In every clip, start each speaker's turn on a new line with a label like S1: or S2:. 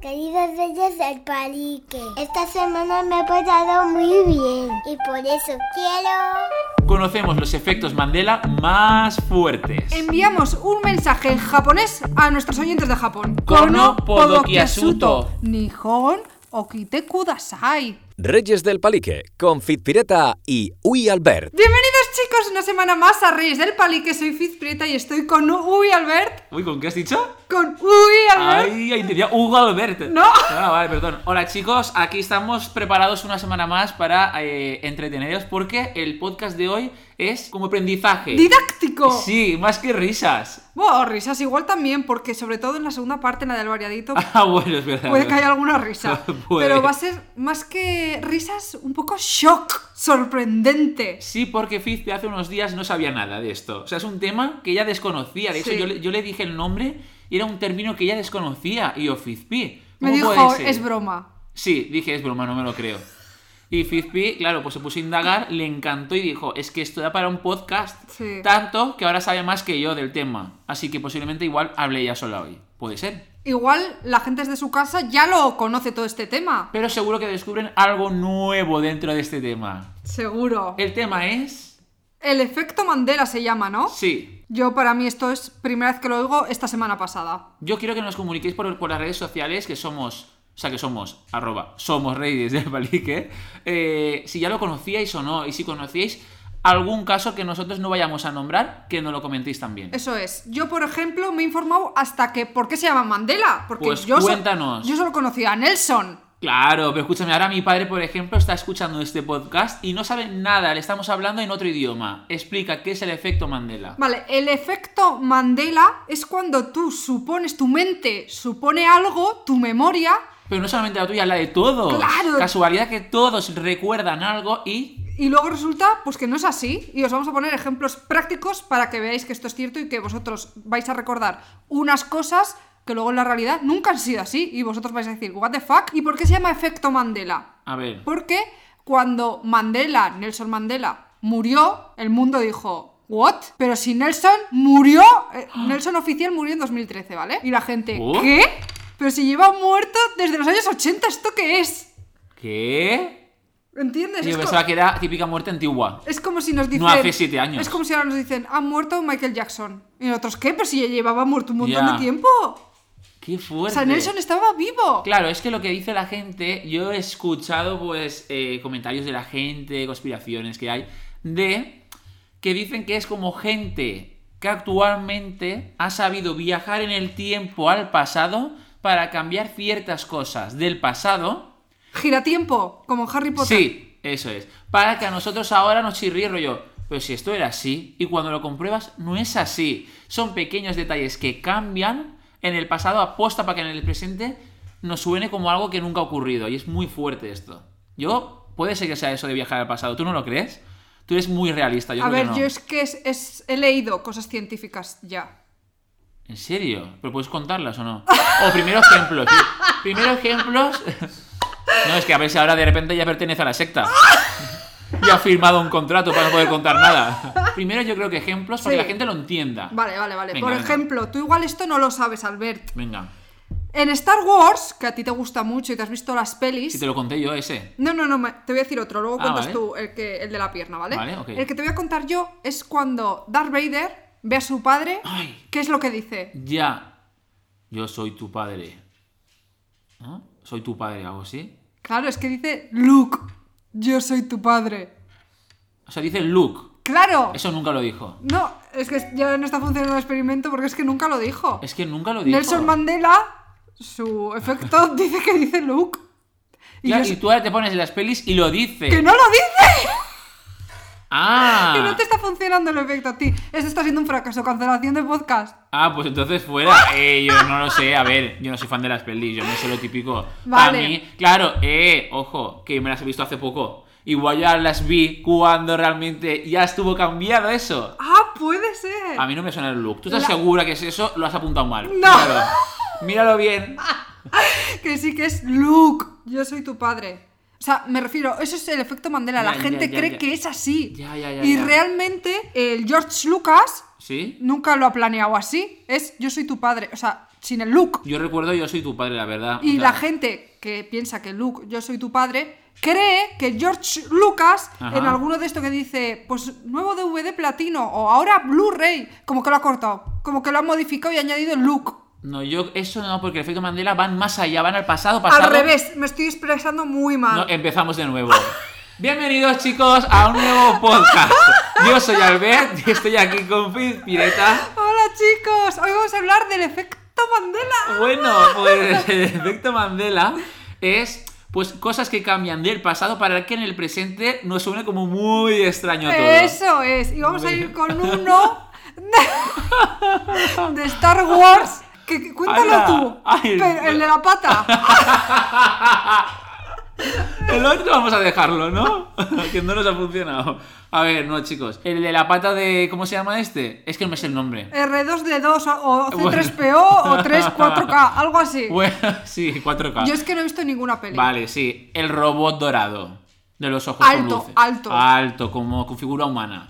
S1: Queridos Reyes del Palique, esta semana me ha pasado muy bien y por eso quiero...
S2: Conocemos los efectos Mandela más fuertes.
S3: Em- Enviamos un mensaje en japonés a nuestros oyentes de Japón.
S2: Kono podokiasuto.
S3: Nihon okite kudasai.
S4: Reyes del Palique, con Fitpireta y Uy Albert.
S3: Bienvenidos chicos una semana más a Reyes del Palique. Soy Fiz Prieta y estoy con Uy Albert.
S2: Uy, ¿con qué has dicho?
S3: Con Uy Albert.
S2: Ay, ahí tenía Hugo Albert.
S3: No.
S2: Ah, vale, perdón. Hola chicos, aquí estamos preparados una semana más para eh, entreteneros porque el podcast de hoy es como aprendizaje.
S3: Didáctico.
S2: Sí, más que risas.
S3: Buah, risas igual también, porque sobre todo en la segunda parte, en la del variadito,
S2: Ah, bueno, es verdad.
S3: puede que haya alguna risa.
S2: Puede.
S3: Pero va a ser más que risas, un poco shock, sorprendente.
S2: Sí, porque Fizz hace unos días no sabía nada de esto. O sea, es un tema que ella desconocía. De hecho,
S3: Sí.
S2: yo, le- yo le dije el nombre y era un término que ella desconocía. Y yo, Fizpi.
S3: Me
S2: ¿cómo
S3: dijo,
S2: puede ser?".
S3: es broma.
S2: Sí, dije, es broma, no me lo creo. Y Fizpi, claro, pues se puso a indagar, le encantó y dijo, es que esto da para un podcast.
S3: Sí.
S2: Tanto que ahora sabe más que yo del tema. Así que posiblemente igual hable ella sola hoy. Puede ser.
S3: Igual la gente desde su casa ya lo conoce todo este tema.
S2: Pero seguro que descubren algo nuevo dentro de este tema.
S3: Seguro.
S2: El tema es...
S3: El efecto Mandela se llama, ¿no?
S2: Sí,
S3: Yo para mí esto es primera vez que lo oigo esta semana pasada.
S2: Yo quiero que nos comuniquéis por, por las redes sociales que somos. O sea, que somos, arroba, somos reyes del palique. eh, si ya lo conocíais o no, y si conocíais algún caso que nosotros no vayamos a nombrar, que nos lo comentéis también.
S3: Eso es. Yo, por ejemplo, me he informado hasta que por qué se llama Mandela. Porque
S2: Pues
S3: yo, so-
S2: cuéntanos.
S3: yo solo conocía a Nelson.
S2: Claro, pero escúchame, ahora mi padre, por ejemplo, está escuchando este podcast y no sabe nada, le estamos hablando en otro idioma. Explica qué es el efecto Mandela.
S3: Vale, el efecto Mandela es cuando tú supones, tu mente supone algo, tu memoria,
S2: Pero no solamente la tuya, la de todos.
S3: Claro.
S2: Casualidad que todos recuerdan algo y
S3: y luego resulta pues que no es así. Y os vamos a poner ejemplos prácticos para que veáis que esto es cierto y que vosotros vais a recordar unas cosas que luego en la realidad nunca han sido así. Y vosotros vais a decir, ¿What the fuck? ¿Y por qué se llama efecto Mandela?
S2: A ver.
S3: Porque cuando Mandela, Nelson Mandela, murió, el mundo dijo, ¿what? Pero si Nelson murió, eh, Nelson oficial murió en 2013, ¿vale? Y la gente,
S2: ¿Oh?
S3: ¿qué? Pero si lleva muerto desde los años 80, ¿esto qué es?
S2: ¿Qué?
S3: ¿Entiendes?
S2: Yo
S3: Es co-
S2: pensaba que era típica muerte antigua.
S3: es como si nos dicen...
S2: hace siete años.
S3: Es como si ahora nos dicen, ha muerto Michael Jackson. Y nosotros, ¿qué? Pero si ya llevaba muerto un montón
S2: Ya.
S3: de tiempo.
S2: ¡Qué
S3: O
S2: fuerte!
S3: sea, Nelson estaba vivo.
S2: Claro, es que lo que dice la gente, yo he escuchado pues eh, comentarios de la gente, conspiraciones que hay, de que dicen que es como gente que actualmente ha sabido viajar en el tiempo al pasado para cambiar ciertas cosas del pasado.
S3: Giratiempo, como en Harry Potter.
S2: Sí, eso es. Para que a nosotros ahora nos chirríe rollo. Pero si esto era así y cuando lo compruebas no es así. Son pequeños detalles que cambian en el pasado aposta para que en el presente nos suene como algo que nunca ha ocurrido. Y es muy fuerte esto. Yo, puede ser que sea eso de viajar al pasado. ¿Tú no lo crees? Tú eres muy realista. Yo
S3: a
S2: creo que
S3: ver,
S2: no.
S3: yo es que es- es- he leído cosas científicas ya.
S2: ¿En serio? ¿Pero puedes contarlas o no? O primero ejemplos. sí. Primero ejemplos. No, es que a ver si ahora de repente ya pertenece a la secta. Y ha firmado un contrato para no poder contar nada. Primero yo creo que ejemplos para que
S3: Sí.
S2: la gente lo entienda.
S3: Vale, vale, vale.
S2: Venga,
S3: Por
S2: venga.
S3: ejemplo, tú igual esto no lo sabes, Albert.
S2: Venga,
S3: En Star Wars, que a ti te gusta mucho y te has visto las pelis.
S2: si te lo conté yo ese.
S3: No, no, no, me- te voy a decir otro, luego
S2: Ah,
S3: cuentas
S2: vale.
S3: tú el, que, el de la pierna, ¿vale?
S2: Vale, ok.
S3: El que te voy a contar yo es cuando Darth Vader ve a su padre,
S2: Ay.
S3: ¿qué es lo que dice?
S2: Ya. Yo soy tu padre. ¿No? Soy tu padre, algo así.
S3: Claro, es que dice, Luke, yo soy tu padre.
S2: O sea, dice Luke.
S3: Claro.
S2: Eso nunca lo dijo.
S3: No, es que ya no está funcionando el experimento porque es que nunca lo dijo.
S2: Es que nunca lo dijo.
S3: Nelson Mandela, su efecto dice que dice Luke. Y
S2: Claro,
S3: yo
S2: y
S3: sé-
S2: tú ahora te pones en las pelis y lo dice.
S3: ¡Que no lo dice!
S2: ¡Ah!
S3: Que no te está funcionando el efecto a ti. Esto está siendo un fracaso. Cancelación de podcast.
S2: Ah, pues entonces fuera. Eh, yo no lo sé. A ver, yo no soy fan de las pelis, yo me sé lo típico.
S3: Vale.
S2: A mí, claro, eh, ojo, que me las he visto hace poco. Igual ya las vi cuando realmente ya estuvo cambiado eso.
S3: Ah, puede ser.
S2: A mí no me suena el look. ¿Tú estás
S3: La-
S2: segura que es eso? Lo has apuntado mal.
S3: No.
S2: Míralo. Míralo bien.
S3: Que sí que es Luke. Yo soy tu padre. O sea, me refiero, eso es el efecto Mandela. La
S2: Ya,
S3: gente
S2: ya, ya,
S3: cree
S2: ya.
S3: que es así.
S2: Ya, ya, ya,
S3: y
S2: ya.
S3: realmente el George Lucas
S2: ¿Sí?
S3: nunca lo ha planeado así. Es yo soy tu padre. O sea, sin el look.
S2: Yo recuerdo Yo soy tu padre, la verdad.
S3: Y
S2: O sea,
S3: la gente que piensa que Luke, yo soy tu padre, cree que George Lucas,
S2: Ajá.
S3: en alguno de estos que dice, pues nuevo DVD platino o ahora Blu-ray, como que lo ha cortado, como que lo ha modificado y ha añadido el look.
S2: No, yo eso no, porque el efecto Mandela van más allá, van al pasado, pasado.
S3: Al revés, me estoy expresando muy mal.
S2: No, eh. empezamos de nuevo. Bienvenidos chicos a un nuevo podcast. Yo soy Albert y estoy aquí con Fizz Pireta.
S3: Hola chicos, hoy vamos a hablar del efecto Mandela.
S2: Bueno, pues el efecto Mandela es pues cosas que cambian del pasado para que en el presente nos suene como muy extraño todo.
S3: Eso es, y vamos a
S2: Muy
S3: ir
S2: bien.
S3: con uno de, de Star Wars. Que, que- cuéntalo
S2: Ala,
S3: tú,
S2: ay,
S3: pero el de la pata.
S2: El otro vamos a dejarlo, ¿no? que no nos ha funcionado. A ver, no, chicos. El de la pata de. ¿Cómo se llama este? Es que no me sé el nombre.
S3: Eh, R2D2 o o
S2: Bueno.
S3: C3PO o 3-4K, algo así.
S2: Bueno, sí, 4K.
S3: Yo es que no he visto ninguna peli.
S2: Vale, sí. El robot dorado. De los ojos con
S3: Alto,
S2: luces.
S3: alto.
S2: Alto, como con figura humana.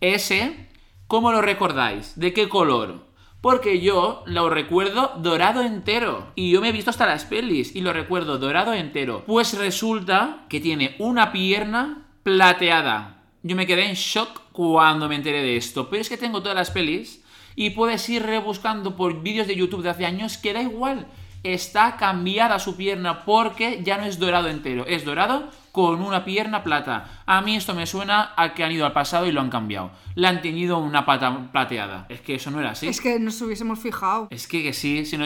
S2: Ese, ¿cómo lo recordáis? ¿De qué color? Porque yo lo recuerdo dorado entero. Y yo me he visto hasta las pelis y lo recuerdo dorado entero. Pues resulta que tiene una pierna plateada. Yo me quedé en shock cuando me enteré de esto. Pero es que tengo todas las pelis y puedes ir rebuscando por vídeos de YouTube de hace años que da igual. Está cambiada su pierna porque ya no es dorado entero, es dorado con una pierna plata. A mí esto me suena a que han ido al pasado y lo han cambiado. Le han teñido una pata plateada. Es que eso no era así.
S3: Es que nos hubiésemos fijado.
S2: Es que, que sí, si no,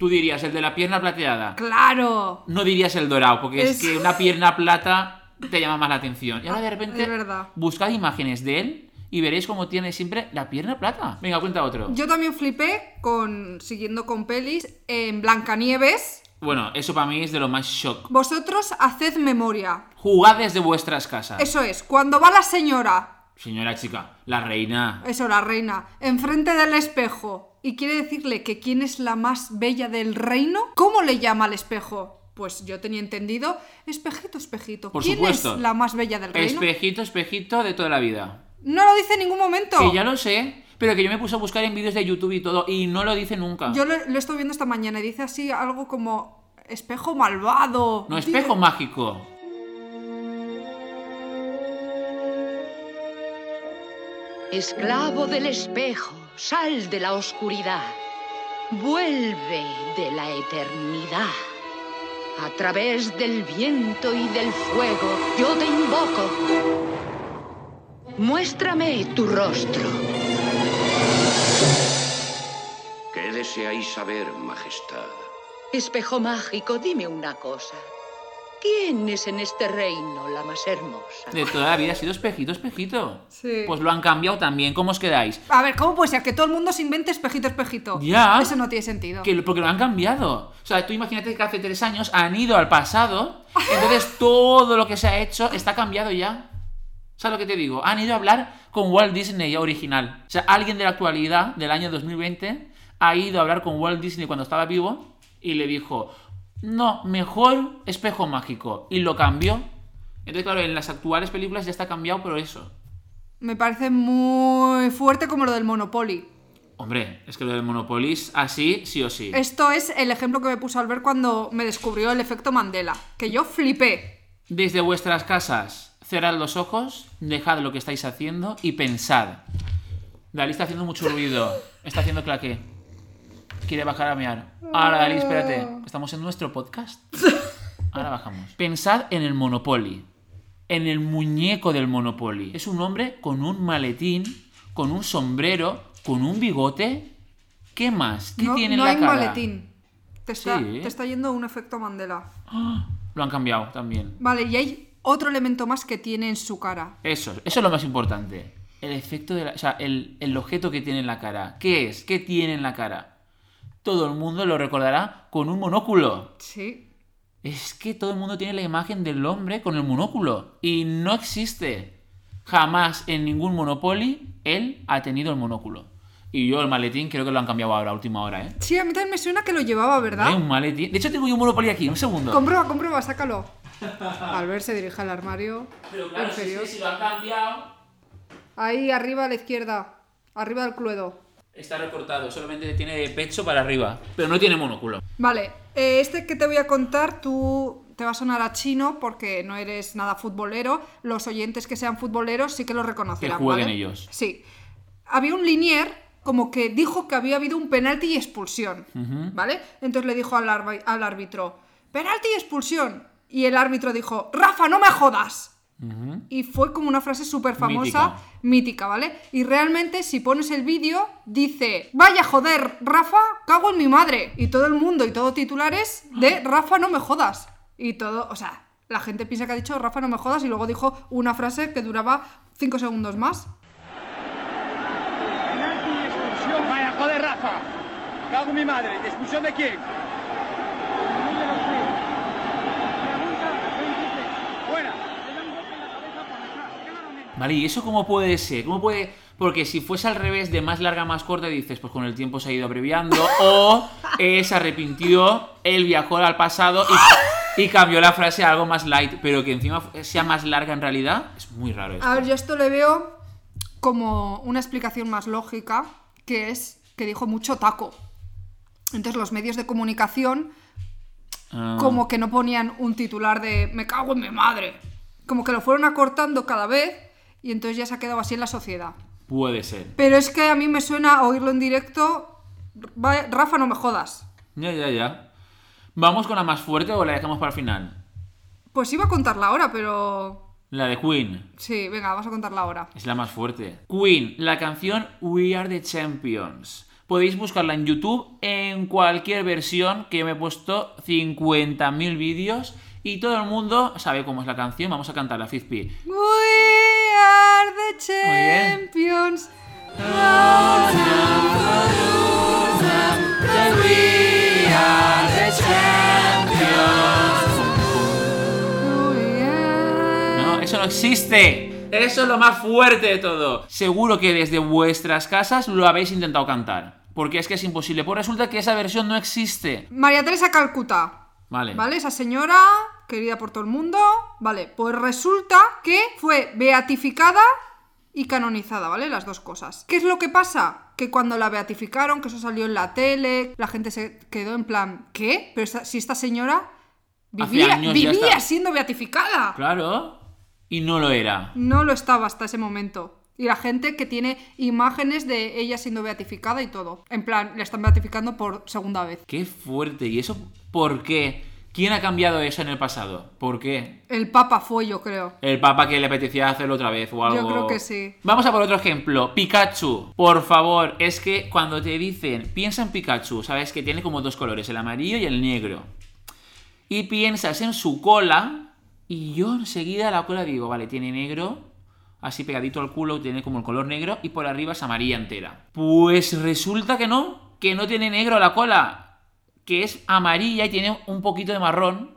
S2: tú dirías el de la pierna plateada.
S3: Claro.
S2: No dirías el dorado, porque es,
S3: Es- Ah,
S2: que una pierna plata te llama más la atención. Y ahora de repente
S3: Es verdad.
S2: buscad imágenes de él y veréis cómo tiene siempre la pierna plata. Venga, cuenta otro.
S3: Yo también flipé con siguiendo con pelis en Blancanieves.
S2: Bueno, eso para mí es de lo más shock.
S3: Vosotros haced memoria.
S2: Jugad desde vuestras casas.
S3: Eso es, cuando va la señora
S2: Señora chica, la reina.
S3: Eso, la reina. Enfrente del espejo. Y quiere decirle que quién es la más bella del reino. ¿Cómo le llama al espejo? Pues yo tenía entendido. Espejito, espejito.
S2: Por
S3: ¿Quién
S2: supuesto.
S3: es la más bella del reino?
S2: Espejito, espejito de toda la vida.
S3: no lo dice en ningún momento.
S2: Que ya lo sé, pero que yo me puse a buscar en vídeos de YouTube y todo y no lo dice nunca.
S3: Yo lo, lo he estado viendo esta mañana y dice así algo como. Espejo malvado.
S2: No, espejo mágico.
S5: Esclavo del espejo, sal de la oscuridad. Vuelve de la eternidad. A través del viento y del fuego, yo te invoco. Muéstrame tu rostro.
S6: ¿Qué deseáis saber, Majestad?
S5: Espejo mágico, dime una cosa. ¿Quién es en este reino la más hermosa?
S2: De toda la vida ha sido espejito, espejito.
S3: Sí.
S2: Pues lo han cambiado también. ¿Cómo os quedáis?
S3: A ver, ¿cómo puede ser que todo el mundo se invente espejito, espejito?
S2: Ya.
S3: Eso no tiene sentido.
S2: Que, lo- porque lo han cambiado. O sea, tú imagínate que hace tres años han ido al pasado, entonces todo lo que se ha hecho está cambiado ya. ¿Sabes lo que te digo? Han ido a hablar con Walt Disney original. O sea, alguien de la actualidad, del año 2020, ha ido a hablar con Walt Disney cuando estaba vivo y le dijo, no, mejor espejo mágico. Y lo cambió. Entonces, claro, en las actuales películas ya está cambiado por eso.
S3: Me parece muy fuerte como lo del Monopoly.
S2: Hombre, es que lo del Monopoly es así, sí o sí.
S3: Esto es el ejemplo que me puso al ver cuando me descubrió el efecto Mandela, que yo flipé.
S2: Desde vuestras casas, cerrad los ojos, dejad lo que estáis haciendo y pensad. Dalí está haciendo mucho ruido. Está haciendo claqué. Quiere bajar a mear. Ahora, Dalí, espérate. Estamos en nuestro podcast. Ahora bajamos. Pensad en el Monopoly. En el muñeco del Monopoly. Es un hombre con un maletín, con un sombrero, con un bigote. ¿Qué más? ¿Qué
S3: no
S2: tiene en
S3: no
S2: la
S3: hay
S2: cara?
S3: maletín. Te está,
S2: Sí.
S3: te está yendo un efecto Mandela.
S2: Lo han cambiado también.
S3: Vale, y hay otro elemento más que tiene en su cara.
S2: Eso, eso es lo más importante. El efecto de la. O sea, el, el objeto que tiene en la cara. ¿Qué es? ¿Qué tiene en la cara? Todo el mundo lo recordará con un monóculo.
S3: Sí.
S2: Es que todo el mundo tiene la imagen del hombre con el monóculo. Y no existe. Jamás en ningún Monopoly él ha tenido el monóculo. Y yo el maletín creo que lo han cambiado ahora, a última hora, ¿eh?
S3: Sí, a mí también me suena que lo llevaba,
S2: Hay
S3: ¿verdad?
S2: un maletín. De hecho, tengo yo un Monopoly aquí, un segundo.
S3: Comprueba, comprueba, sácalo. Al ver se dirige al armario inferior.
S2: lo han cambiado.
S3: Ahí arriba a la izquierda, arriba del cluedo.
S2: Está recortado, solamente tiene de pecho para arriba, pero no tiene monóculo.
S3: Vale, eh, este que te voy a contar, tú te va a sonar a chino porque no eres nada futbolero. Los oyentes que sean futboleros sí que lo reconocerán.
S2: Que jueguen
S3: ¿vale?
S2: ellos.
S3: Sí. Había un linier como que dijo que había habido un penalti y expulsión, ¿vale? Entonces le dijo al, arbi- al árbitro, penalti y expulsión. Y el árbitro dijo, Rafa, no me jodas. Y fue como una frase súper famosa,
S2: Mítica.
S3: mítica, ¿vale? Y realmente, si pones el vídeo, dice: Vaya joder, Rafa, cago en mi madre. Y todo el mundo y todo titulares de Rafa, no me jodas. Y todo, o sea, la gente piensa que ha dicho Rafa, no me jodas. Y luego dijo una frase que duraba 5 segundos más.
S7: Penalti y expulsión. Vaya, joder, Rafa. Cago en mi madre. ¿De expulsión de quién? Número 6. Pregunta 23. Fuera. Le da un golpe en la cabeza por detrás. Gana o menos.
S2: Vale, ¿y eso cómo puede ser? ¿Cómo puede...? Porque si fuese al revés, de más larga a más corta, dices, pues con el tiempo se ha ido abreviando, o eh, se arrepintió, él viajó al pasado y, y cambió la frase a algo más light, pero que encima sea más larga en realidad, es muy raro esto.
S3: A ver, yo esto le veo como una explicación más lógica, que es que dijo mucho taco. Entonces los medios de comunicación
S2: Ah,
S3: como que no ponían un titular de me cago en mi madre. Como que lo fueron acortando cada vez y entonces ya se ha quedado así en la sociedad.
S2: Puede ser.
S3: Pero es que a mí me suena a oírlo en directo, "Va- Rafa, no me jodas.
S2: Ya, ya, ya. ¿Vamos con la más fuerte o la dejamos para el final?
S3: Pues iba a contarla ahora, pero...
S2: La de Queen.
S3: Sí, venga, vas a contarla ahora.
S2: Es la más fuerte. Queen, la canción We Are the Champions. Podéis buscarla en YouTube en cualquier versión, que yo me he puesto 50.000 vídeos y todo el mundo sabe cómo es la canción. Vamos a cantarla, Fizpi.
S3: We are the
S2: bien.
S3: champions. We are-
S2: No, eso no existe. Eso es lo más fuerte de todo. Seguro que desde vuestras casas lo habéis intentado cantar. Porque es que es imposible. Pues resulta que esa versión no existe.
S3: María Teresa Calcuta.
S2: Vale.
S3: ¿Vale? Esa señora, querida por todo el mundo. Vale, pues resulta que fue beatificada y canonizada, ¿vale? Las dos cosas. ¿Qué es lo que pasa? Que cuando la beatificaron, que eso salió en la tele, la gente se quedó en plan, ¿qué? Pero esta- si esta señora vivía,
S2: años ya
S3: vivía
S2: estaba.
S3: siendo beatificada.
S2: Claro. Y no lo era.
S3: No lo estaba hasta ese momento. Y la gente que tiene imágenes de ella siendo beatificada y todo. En plan, la están beatificando por segunda vez.
S2: Qué fuerte. ¿Y eso por qué? ¿Quién ha cambiado eso en el pasado? ¿Por qué?
S3: El Papa fue, yo creo.
S2: El papa que le apetecía hacerlo otra vez o
S3: Yo
S2: algo.
S3: creo que sí.
S2: Vamos a por otro ejemplo. Pikachu. Por favor, es que cuando te dicen, piensa en Pikachu, sabes que tiene como dos colores, el amarillo y el negro. Y piensas en su cola. Y yo enseguida la cola digo, vale, tiene negro. Así pegadito al culo, tiene como el color negro. Y por arriba es amarilla entera. Pues resulta que no. Que no tiene negro la cola. Que es amarilla y tiene un poquito de marrón.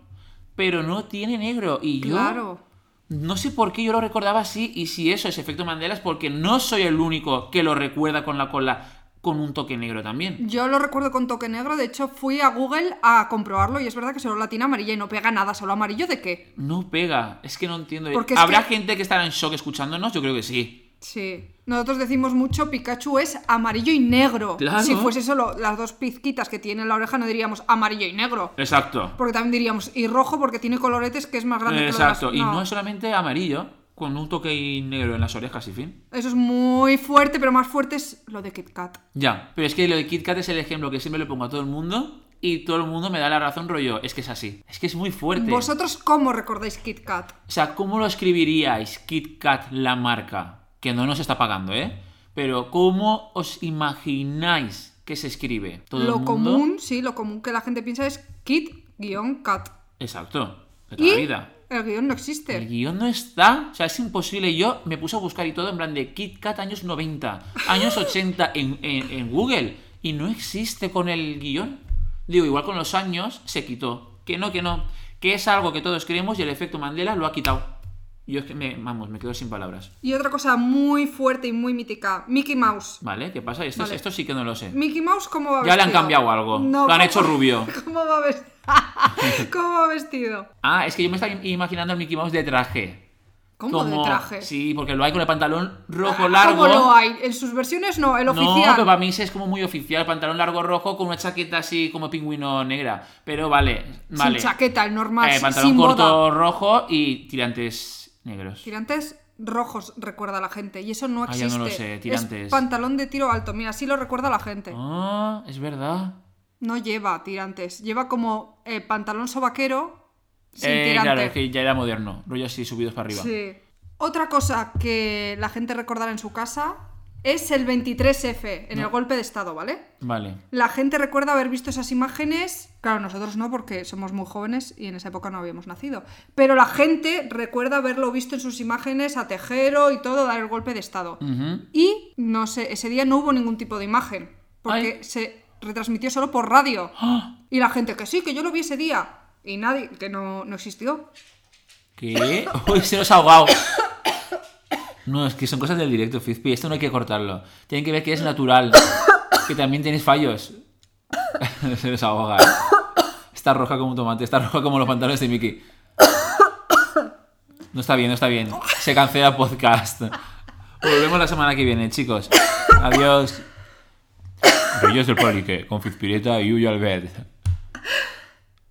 S2: Pero no tiene negro. Y yo.
S3: Claro.
S2: No sé por qué yo lo recordaba así y si eso es efecto Mandela es porque no soy el único que lo recuerda con la cola con un toque negro también.
S3: Yo lo recuerdo con toque negro, de hecho fui a Google a comprobarlo y es verdad que solo la tiene amarilla y no pega nada, solo amarillo de qué.
S2: No pega, es que no entiendo.
S3: Porque es
S2: ¿Habrá
S3: que-
S2: gente que estará en shock escuchándonos? Yo creo que sí.
S3: Sí. Nosotros decimos mucho Pikachu es amarillo y negro.
S2: Claro.
S3: Si fuese solo las dos pizquitas que tiene en la oreja no diríamos amarillo y negro.
S2: Exacto.
S3: Porque también diríamos y rojo porque tiene coloretes que es más grande
S2: Exacto.
S3: que
S2: Y
S3: lo demás.
S2: no es solamente amarillo, con un toque negro en las orejas y fin.
S3: Eso es muy fuerte, pero más fuerte es lo de Kit Kat.
S2: Ya, pero es que lo de Kit Kat es el ejemplo que siempre le pongo a todo el mundo y todo el mundo me da la razón rollo. Es que es así. Es que es muy fuerte.
S3: ¿Vosotros cómo recordáis Kit Kat?
S2: O sea, ¿cómo lo escribiríais Kit Kat la marca? Que no nos está pagando, ¿eh? Pero ¿cómo os imagináis que se escribe? ¿Todo el
S3: Lo
S2: mundo?
S3: común, sí, lo común que la gente piensa es Kit-Kat.
S2: Exacto. De toda
S3: Y
S2: la vida.
S3: el guión no existe.
S2: El guión no está, o sea, es imposible. Yo me puse a buscar y todo en plan de Kit Kat años 90, años 80 en, en- en Google y no existe con el guión. Digo, igual con los años se quitó. Que no, que no. Que es algo que todos creemos y el efecto Mandela lo ha quitado. Yo es que me, vamos, me quedo sin palabras.
S3: Y otra cosa muy fuerte y muy mítica, Mickey Mouse.
S2: Vale, ¿qué pasa? Esto,
S3: Vale.
S2: esto sí que no lo sé.
S3: Mickey Mouse, ¿cómo va
S2: Ya
S3: vestido?
S2: le han cambiado algo.
S3: No,
S2: lo han
S3: ¿cómo-
S2: hecho rubio.
S3: ¿Cómo va vestido? ¿Cómo va vestido?
S2: Ah, es que yo me estaba im- imaginando al Mickey Mouse de traje.
S3: ¿Cómo de traje?
S2: Sí, porque lo hay con el pantalón rojo
S3: Ah,
S2: largo.
S3: ¿Cómo lo hay? En sus versiones no, el
S2: No,
S3: oficial.
S2: pero para mí sí es como muy oficial, pantalón largo rojo con una chaqueta así como pingüino negra. Pero vale, vale.
S3: Sin chaqueta, el normal,
S2: Eh,
S3: sin-
S2: pantalón
S3: sin
S2: corto
S3: boda.
S2: rojo y tirantes negros.
S3: Tirantes rojos, recuerda la gente. Y eso no
S2: Ah,
S3: existe.
S2: ya no lo sé, tirantes.
S3: Es pantalón de tiro alto. Mira, así lo recuerda la gente.
S2: Ah, es verdad.
S3: No lleva tirantes. Lleva como eh, pantalón sobaquero sin
S2: Eh,
S3: tirantes.
S2: claro, es que ya era moderno. Rollo así subidos para arriba.
S3: Sí. Otra cosa que la gente recordará en su casa es el 23F, en el golpe de Estado, ¿vale?
S2: Vale.
S3: La gente recuerda haber visto esas imágenes. Claro, nosotros no, porque somos muy jóvenes y en esa época no habíamos nacido. Pero la gente recuerda haberlo visto en sus imágenes a Tejero y todo, dar el golpe de Estado.
S2: Ujú.
S3: Y no sé, ese día no hubo ningún tipo de imagen, porque
S2: Ay. ¡Ah!
S3: se retransmitió solo por radio. Y la gente que sí, que yo lo vi ese día. Y nadie, que no, no existió.
S2: ¿Qué? Uy, se nos ha ahogado. No, es que son cosas del directo, Fizpi. Esto no hay que cortarlo. Tienen que ver que es natural. Que también tienes fallos. se nos ahoga. Está roja como un tomate. Está roja como los pantalones de Mickey. No está bien, no está bien. Se cancela podcast. Volvemos la semana que viene, chicos. Adiós. Rollos del Polique, con Fizpireta y Uyo Albert.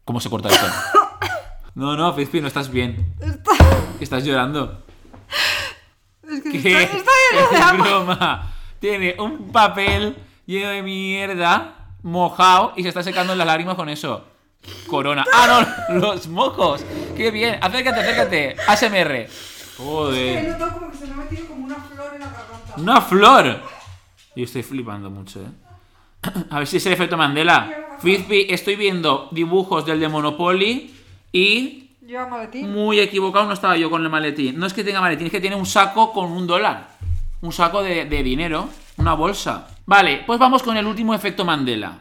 S2: ¿Cómo se corta esto? No, no, Fizpi, no estás bien. Estás llorando.
S3: Es que
S2: ¿Qué?
S3: está- está lleno de
S2: Es
S3: agua.
S2: broma. Tiene un papel lleno de mierda, mojado, y se está secando las lágrimas con eso. Corona. ¡Ah, no! ¡Los mocos! ¡Qué bien! Acércate, acércate. ASMR.
S3: He
S2: Joder.
S3: notado como que se me ha metido como una flor en la garganta.
S2: ¡Una flor! Yo estoy flipando mucho, ¿eh? A ver si es el efecto Mandela. Frisbee, estoy viendo dibujos del de Monopoly y
S3: Yo amo de ti.
S2: muy equivocado no estaba yo con el maletín. No es que tenga maletín, es que tiene un saco con un dólar. Un saco de, de dinero, una bolsa. Vale, pues vamos con el último efecto Mandela.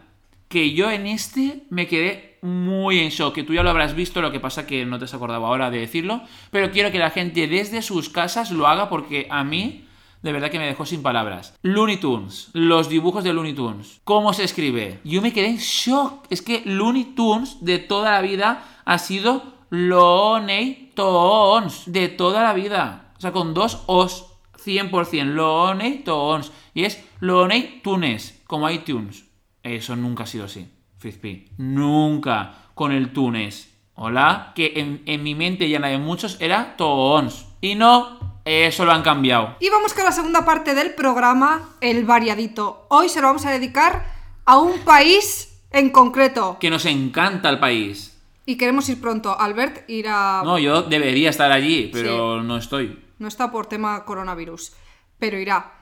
S2: Que yo en este me quedé muy en shock. Que tú ya lo habrás visto, lo que pasa que no te has acordado ahora de decirlo. Pero quiero que la gente desde sus casas lo haga porque a mí de verdad que me dejó sin palabras. Looney Tunes. Los dibujos de Looney Tunes. ¿Cómo se escribe? Yo me quedé en shock. Es que Looney Tunes de toda la vida ha sido Looney Tunes. De toda la vida. O sea, con dos os. 100%. Looney Tunes. Y es Looney Tunes. Como iTunes. Eso nunca ha sido así. Fizpi. Nunca. Con el Tunes. Hola. Que en, en mi mente y en la de muchos era Tunes. Y no. Eso lo han cambiado.
S3: Y vamos con la segunda parte del programa, el variadito. Hoy se lo vamos a dedicar a un país en concreto.
S2: que nos encanta el país.
S3: Y queremos ir pronto. Albert irá.
S2: No, yo debería estar allí, pero no estoy.
S3: No está por tema coronavirus, pero irá.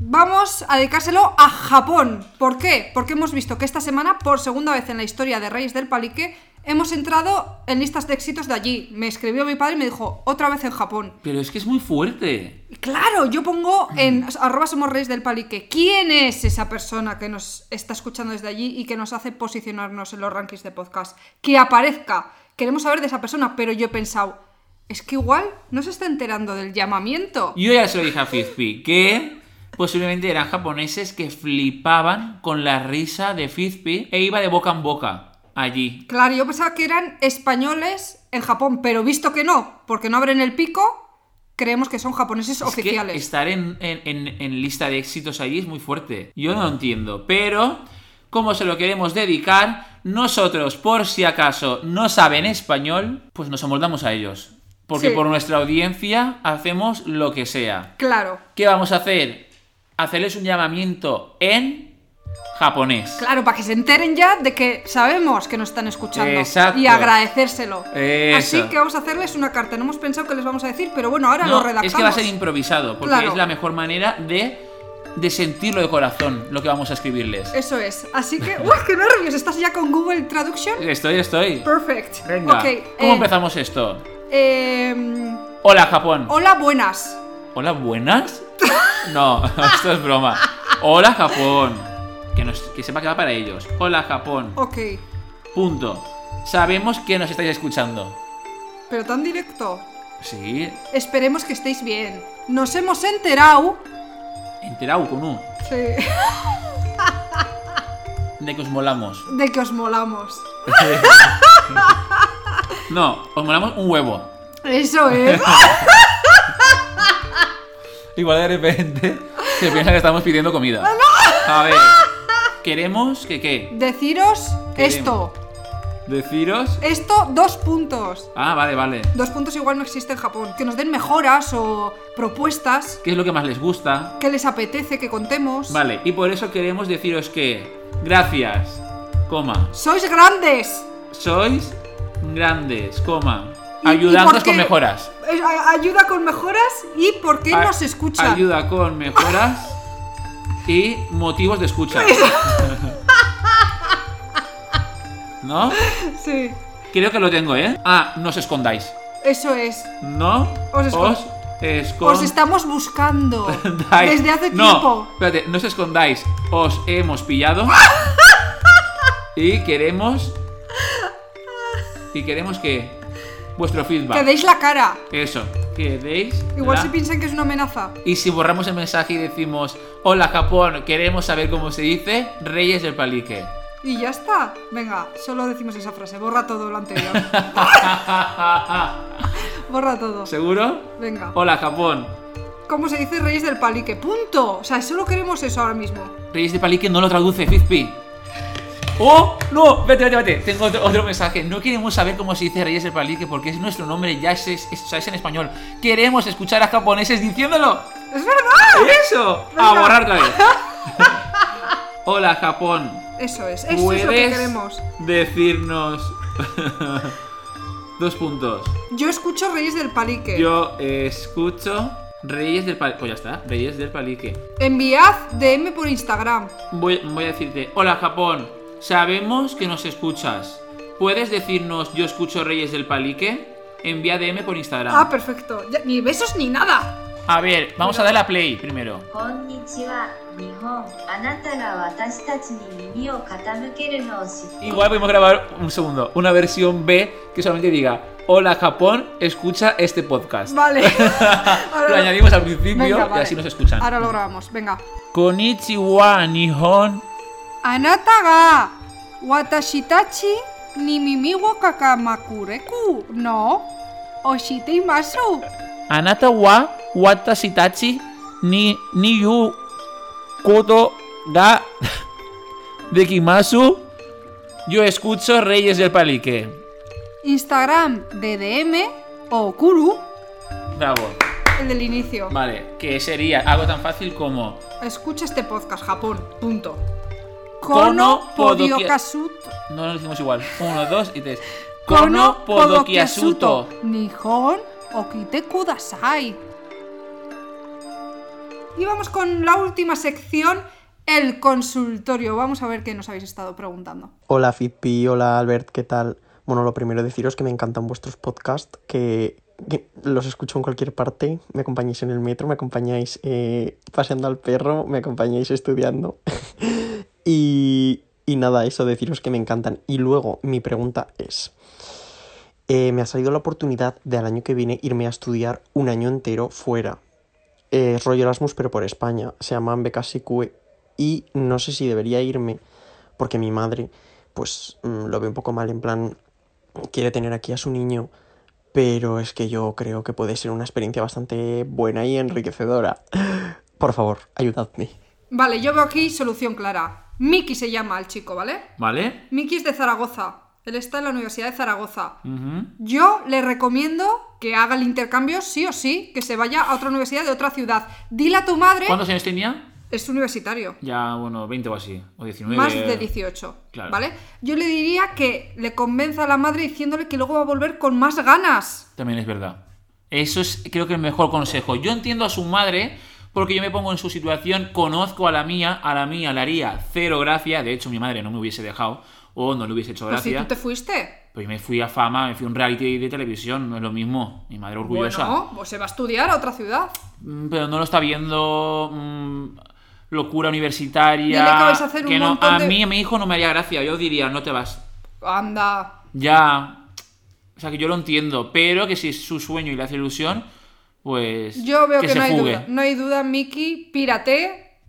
S3: Vamos a dedicárselo a Japón. ¿Por qué? Porque hemos visto que esta semana, por segunda vez en la historia de Reyes del Palique, hemos entrado en listas de éxitos de allí. Me escribió mi padre y me dijo, otra vez en Japón.
S2: Pero es que es muy fuerte.
S3: Y Claro, yo pongo
S2: Mm.
S3: en arroba somos reyes del palique. ¿Quién es esa persona que nos está escuchando desde allí y que nos hace posicionarnos en los rankings de podcast? Que aparezca. Queremos saber de esa persona, pero yo he pensado, es que igual no se está enterando del llamamiento.
S2: Yo ya se lo dije a Fizpi, que posiblemente eran japoneses que flipaban con la risa de Fizpi e iba de boca en boca allí.
S3: Claro, yo pensaba que eran españoles en Japón, pero visto que no, porque no abren el pico, creemos que son japoneses
S2: Es que
S3: oficiales.
S2: estar en, en- en- en lista de éxitos allí es muy fuerte. Yo no lo entiendo, pero como se lo queremos dedicar, nosotros, por si acaso no saben español, pues nos amoldamos a ellos. Porque
S3: Sí.
S2: por nuestra audiencia hacemos lo que sea.
S3: Claro.
S2: ¿Qué vamos a hacer? Hacerles un llamamiento en japonés.
S3: Claro, para que se enteren ya de que sabemos que nos están escuchando
S2: Exacto.
S3: y agradecérselo.
S2: Eso.
S3: Así que vamos a hacerles una carta. No hemos pensado que les vamos a decir, pero bueno, ahora lo
S2: No,
S3: redactamos.
S2: es que va a ser improvisado, porque
S3: Claro.
S2: es la mejor manera de, de sentirlo de corazón, lo que vamos a escribirles.
S3: Eso es. Así que, ¡Uy, qué nervios! ¿Estás ya con Google Traduction?
S2: Estoy, estoy.
S3: Perfect.
S2: Venga,
S3: Ok,
S2: ¿cómo
S3: eh,
S2: empezamos esto?
S3: em,
S2: Hola, Japón.
S3: hola, buenas.
S2: Hola, buenas. No, esto es broma. Hola, Japón. Que, nos, que sepa que va para ellos. Hola, Japón.
S3: Ok,
S2: Punto. Sabemos que nos estáis escuchando.
S3: pero tan directo.
S2: Sí,
S3: Esperemos que estéis bien. Nos hemos enterado.
S2: enterado con U,
S3: Sí,
S2: de que os molamos.
S3: de que os molamos.
S2: No, os molamos un huevo.
S3: Eso es.
S2: Igual de repente se piensa que estamos pidiendo comida. A ver, queremos que qué?
S3: Deciros
S2: Queremos.
S3: esto.
S2: Deciros.
S3: Esto, dos puntos.
S2: Ah, vale, vale.
S3: Dos puntos igual no existe en Japón. Que nos den mejoras o propuestas
S2: ¿Qué es lo que más les gusta?
S3: que les apetece que contemos.
S2: Vale, y por eso queremos deciros que gracias, coma,
S3: ¡Sois grandes!
S2: sois grandes, coma,
S3: ¿Y- y
S2: ayudándonos
S3: por qué?
S2: con mejoras.
S3: Eh, a- Ayuda con mejoras y por qué
S2: A-
S3: nos escuchan.
S2: Ah, Ayuda con mejoras y motivos de escucha. ¿No?
S3: Sí,
S2: Creo que lo tengo, ¿eh? Ah, no os escondáis.
S3: eso es.
S2: No
S3: Os
S2: os,
S3: escon-
S2: escondáis.
S3: Os estamos buscando desde hace
S2: no,
S3: tiempo.
S2: Espérate, no os escondáis. Os hemos pillado. y queremos. Y queremos que. Vuestro feedback.
S3: Que deis la cara.
S2: Eso. Que deis.
S3: Igual
S2: la-
S3: se piensan que es una amenaza.
S2: Y si borramos el mensaje y decimos, hola Japón, queremos saber cómo se dice, Reyes del Palique.
S3: Y ya está. Venga, solo decimos esa frase. Borra todo lo anterior. Borra todo.
S2: ¿Seguro?
S3: Venga.
S2: Hola Japón.
S3: ¿Cómo se dice Reyes del Palique? Punto. O sea, solo queremos eso ahora mismo.
S2: Reyes del Palique no lo traduce, Fizpi. ¡Oh! ¡No! Vete, vete, vete. Tengo otro, otro mensaje. No queremos saber cómo se dice Reyes del Palique porque es nuestro nombre, ya es, es- es- o sea, es en español. Queremos escuchar a japoneses diciéndolo.
S3: ¡Es verdad!
S2: ¡Eso! A
S3: ¿Eh? Venga.
S2: borrar otra vez. Hola Japón.
S3: Eso es. Eso
S2: ¿Puedes
S3: es lo que queremos.
S2: decirnos dos puntos?
S3: Yo escucho Reyes del Palique.
S2: Yo eh, escucho Reyes del Palique. Pues ya está, Reyes del Palique.
S3: Enviad DM por Instagram.
S2: Voy, voy a decirte: Hola Japón, sabemos que nos escuchas. ¿Puedes decirnos yo escucho Reyes del Palique? Envía DM por Instagram.
S3: Ah, perfecto. Ya- ni besos ni nada.
S2: a ver, vamos a dar la play primero.
S8: こんにちは日本あなたが私たちに耳を傾けるのを知って
S2: Igual podemos grabar un segundo, una versión B que solamente diga: Hola Japón, escucha este podcast.
S3: Vale.
S2: Lo
S3: Ahora-
S2: añadimos al principio
S3: Venga,
S2: y
S3: vale.
S2: así nos escuchan.
S3: Ahora lo grabamos. Venga.
S2: Konnichiwa, Nihon.
S3: Anata ga watashitachi ni mimi wo kakamakureku. No. Oshite imasu.
S2: Anata wa watashitachi ni ni yu koto ga dekimasu. Yo escucho Reyes del Palique.
S3: Instagram DDM o Kuru.
S2: Bravo.
S3: El del inicio.
S2: Vale, que sería algo tan fácil como
S3: Escucha este podcast, Japón. Punto.
S2: Kono
S3: Kono
S2: podokia-
S3: Podiokasut.
S2: no lo decimos igual. Uno, dos y tres.
S3: Kono
S2: Kono
S3: Podokiasuto.
S2: podokiasuto.
S3: Nihon Okite Kudasai. Y vamos con la última sección, el consultorio. Vamos a ver qué nos habéis estado preguntando.
S9: Hola Fitpi, hola Albert, ¿qué tal? Bueno, lo primero deciros que me encantan vuestros podcasts, que, que los escucho en cualquier parte, me acompañáis en el metro, me acompañáis eh, paseando al perro, me acompañáis estudiando. y, y nada, eso deciros que me encantan. Y luego mi pregunta es, eh, me ha salido la oportunidad de al año que viene irme a estudiar un año entero fuera. Eh, Es rollo Erasmus, pero por España. Se llaman becas IQE. Y no sé si debería irme, porque mi madre, pues mm, lo ve un poco mal, en plan, quiere tener aquí a su niño. Pero es que yo creo que puede ser una experiencia bastante buena y enriquecedora. Por favor, ayudadme.
S3: Vale, yo veo aquí solución clara. Miki se llama el chico, ¿vale?
S2: Vale.
S3: Miki es de Zaragoza. Él está en la Universidad de Zaragoza.
S2: Ujú.
S3: Yo le recomiendo que haga el intercambio sí o sí, que se vaya a otra universidad de otra ciudad. Dile a tu madre,
S2: ¿Cuántos años tenía?
S3: es universitario.
S2: Ya, bueno, 20 o así. O 19.
S3: Más de 18,
S2: Claro.
S3: ¿vale? Yo le diría que le convenza a la madre diciéndole que luego va a volver con más ganas.
S2: También es verdad. Eso es, creo que el mejor consejo. Yo entiendo a su madre porque yo me pongo en su situación, conozco a la mía, a la mía le haría cero gracia. De hecho, mi madre no me hubiese dejado o no le hubiese hecho
S3: Pues si
S2: gracia.
S3: tú te fuiste.
S2: Pues me fui a fama, me fui a un reality de televisión, no es lo mismo. Mi madre orgullosa.
S3: Bueno, pues se va a estudiar a otra ciudad.
S2: Mm, Pero no lo está viendo. mm, locura universitaria.
S3: Dile que vais a hacer un
S2: que no,
S3: montón
S2: a
S3: de-
S2: mí, a mi hijo no me haría gracia. Yo diría, no te vas.
S3: Anda.
S2: Ya. O sea, que yo lo entiendo, pero que si es su sueño y le hace ilusión, pues.
S3: Yo veo que,
S2: se
S3: no hay
S2: fugue.
S3: duda. No hay duda, Miki, pírate.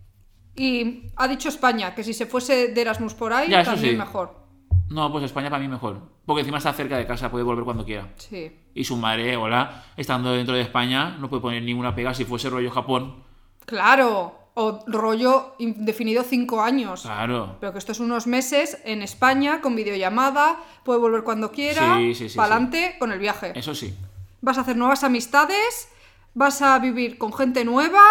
S3: Y ha dicho España que si se fuese de Erasmus por ahí,
S2: Ya, eso
S3: también
S2: sí.
S3: mejor.
S2: No, pues España para mí mejor. Porque encima está cerca de casa, puede volver cuando quiera.
S3: Sí.
S2: Y su madre, hola, estando dentro de España, no puede poner ninguna pega si fuese rollo Japón.
S3: Claro. O rollo indefinido cinco años.
S2: Claro.
S3: Pero que esto es unos meses en España, con videollamada, puede volver cuando quiera,
S2: Sí, sí, sí,
S3: pa'lante con el viaje.
S2: Eso sí.
S3: Vas a hacer nuevas amistades, vas a vivir con gente nueva,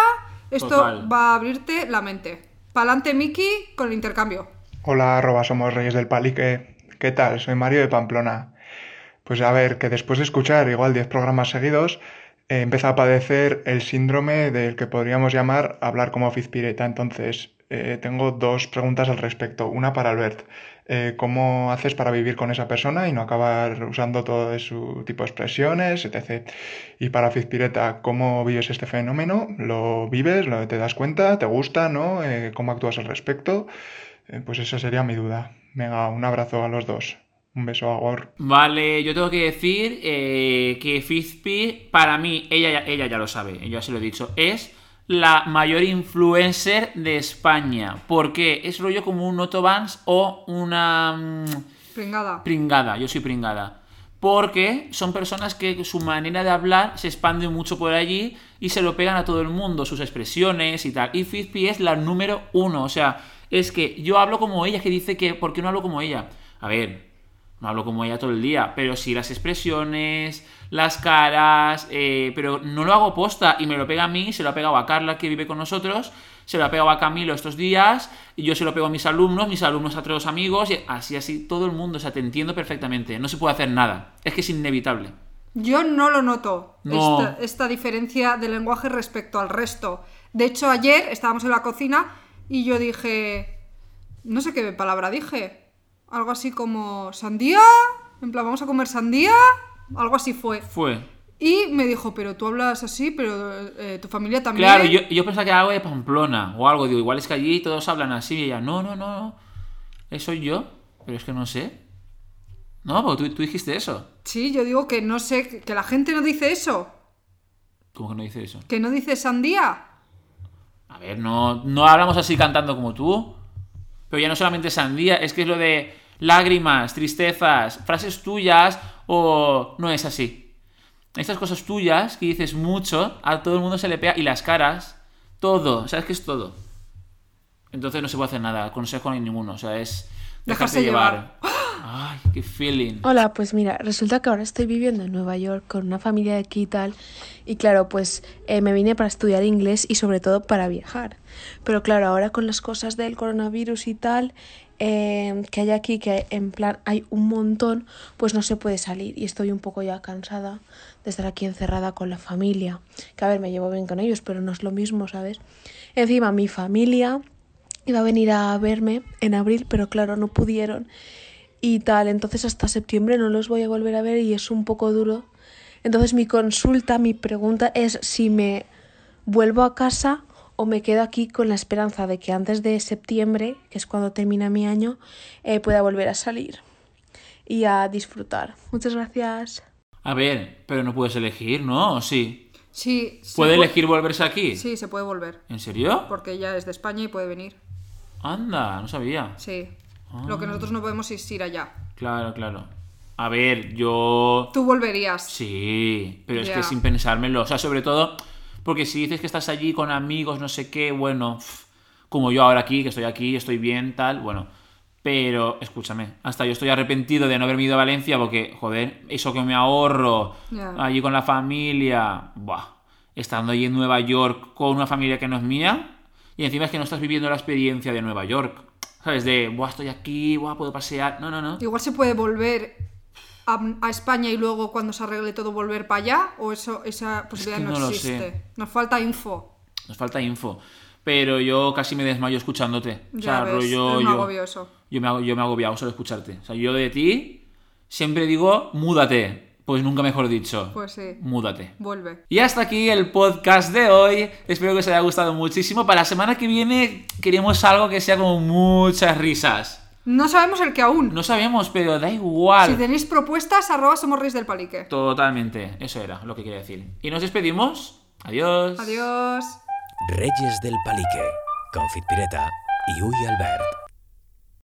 S3: esto
S2: Total.
S3: va a abrirte la mente. Pa'lante Miki con el intercambio.
S10: Hola, arroba, somos Reyes del Palique. ¿Qué tal? Soy Mario de Pamplona. Pues a ver, que después de escuchar igual 10 programas seguidos, eh, empecé a padecer el síndrome del que podríamos llamar hablar como Fizpireta. Entonces, eh, tengo dos preguntas al respecto. Una para Albert. Eh, ¿cómo haces para vivir con esa persona y no acabar usando todo de su tipo de expresiones, etc.? Y para Fizpireta, ¿cómo vives este fenómeno? ¿Lo vives? ¿Lo, ¿Te das cuenta? ¿Te gusta? ¿No? Eh, ¿cómo actúas al respecto? Eh, Pues esa sería mi duda. Venga, un abrazo a los dos. Un beso a Gor.
S2: Vale, yo tengo que decir eh, que Fizpi, para mí, ella, ya- ella ya lo sabe, yo ya se lo he dicho, es la mayor influencer de España. Porque es rollo como un Otobans o una... mm,
S3: Pringada.
S2: Pringada, yo soy pringada. Porque son personas que su manera de hablar se expande mucho por allí y se lo pegan a todo el mundo, sus expresiones y tal. Y Fizpi es la número uno. O sea, es que yo hablo como ella, que dice que ¿por qué no hablo como ella? A ver, no hablo como ella todo el día, pero sí las expresiones, las caras, eh, pero no lo hago posta y me lo pega a mí, se lo ha pegado a Carla que vive con nosotros, se lo ha pegado a Camilo estos días, y yo se lo pego a mis alumnos, mis alumnos a otros amigos, y así, así, todo el mundo, o sea, te entiendo perfectamente, no se puede hacer nada, es que es inevitable.
S3: Yo no lo noto,
S2: No.
S3: esta, esta diferencia de lenguaje respecto al resto. De hecho, ayer estábamos en la cocina y yo dije, no sé qué palabra dije, algo así como sandía, en plan, vamos a comer sandía, algo así fue.
S2: Fue.
S3: Y me dijo, pero tú hablas así, pero eh, tu familia también.
S2: Claro, yo, yo pensaba que era algo de Pamplona o algo, digo, igual es que allí todos hablan así, y ella, no, no, no, no, eso yo, pero es que no sé. No, porque tú, tú dijiste eso.
S3: Sí, yo digo que no sé, que- que la gente no dice eso,
S2: ¿Cómo que no dice eso?
S3: que no dice sandía.
S2: A ver, no, no hablamos así cantando como tú. Pero ya no solamente sandía, es que es lo de lágrimas, tristezas, frases tuyas o no es así. Estas cosas tuyas que dices mucho, a todo el mundo se le pega y las caras, todo, sabes que es todo. Entonces no se puede hacer nada, consejo ni ninguno, o sea, es
S3: Dejarse
S2: dejarse llevar. Ay, qué feeling.
S11: Hola, pues mira, resulta que ahora estoy viviendo en Nueva York con una familia de aquí y tal, y claro, pues eh, me vine para estudiar inglés y sobre todo para viajar. Pero claro, ahora con las cosas del coronavirus y tal, eh, que hay aquí, que en plan hay un montón, pues no se puede salir y estoy un poco ya cansada de estar aquí encerrada con la familia. Que a ver, me llevo bien con ellos, pero no es lo mismo, ¿sabes? Encima, mi familia iba a venir a verme en abril, pero claro, no pudieron y tal. Entonces hasta septiembre no los voy a volver a ver y es un poco duro. Entonces mi consulta, mi pregunta es si me vuelvo a casa o me quedo aquí con la esperanza de que antes de septiembre, que es cuando termina mi año, eh, pueda volver a salir y a disfrutar. Muchas gracias.
S2: A ver, pero no puedes elegir, ¿no? ¿O Sí.
S3: Sí, se
S2: ¿Puede
S3: pu-
S2: elegir volverse aquí?
S3: Sí, se puede volver,
S2: ¿En serio?
S3: porque ella es de España y puede venir.
S2: Anda, no sabía.
S3: Sí. Lo
S2: Ah.
S3: que nosotros no podemos es ir allá.
S2: Claro, claro. A ver, yo.
S3: Tú volverías.
S2: Sí, pero es
S3: Ya.
S2: que sin pensármelo. O sea, sobre todo, porque si dices que estás allí con amigos, no sé qué, bueno, pf, como yo ahora aquí, que estoy aquí, estoy bien, tal, bueno. Pero, escúchame, hasta yo estoy arrepentido de no haberme ido a Valencia porque, joder, eso que me ahorro
S3: Ya.
S2: allí con la familia, buah, estando allí en Nueva York con una familia que no es mía, y encima es que no estás viviendo la experiencia de Nueva York, ¿sabes? De, buah, estoy aquí, buah, puedo pasear, no, no, no.
S3: Igual se puede volver a, a España y luego cuando se arregle todo volver para allá, o eso, esa posibilidad
S2: que
S3: no,
S2: no lo
S3: existe.
S2: sé.
S3: Nos falta info.
S2: Nos falta info. Pero yo casi me desmayo escuchándote. o
S3: Ya
S2: sea,
S3: ves,
S2: rollo,
S3: es un
S2: yo,
S3: agobio eso.
S2: Yo me, hago- yo me he agobiado solo escucharte. O sea, yo de ti siempre digo, múdate. Pues nunca mejor dicho.
S3: Pues sí.
S2: Múdate.
S3: Vuelve.
S2: Y hasta aquí el podcast de hoy. Espero que os haya gustado muchísimo. Para la semana que viene queremos algo que sea como muchas risas.
S3: No sabemos el que aún.
S2: No sabemos, pero da igual.
S3: Si tenéis propuestas, arroba somos Reyes del palique.
S2: Totalmente. Eso era lo que quería decir. Y nos despedimos. Adiós.
S3: Adiós.
S4: Reyes del Palique, Confit Pireta y Uy Albert.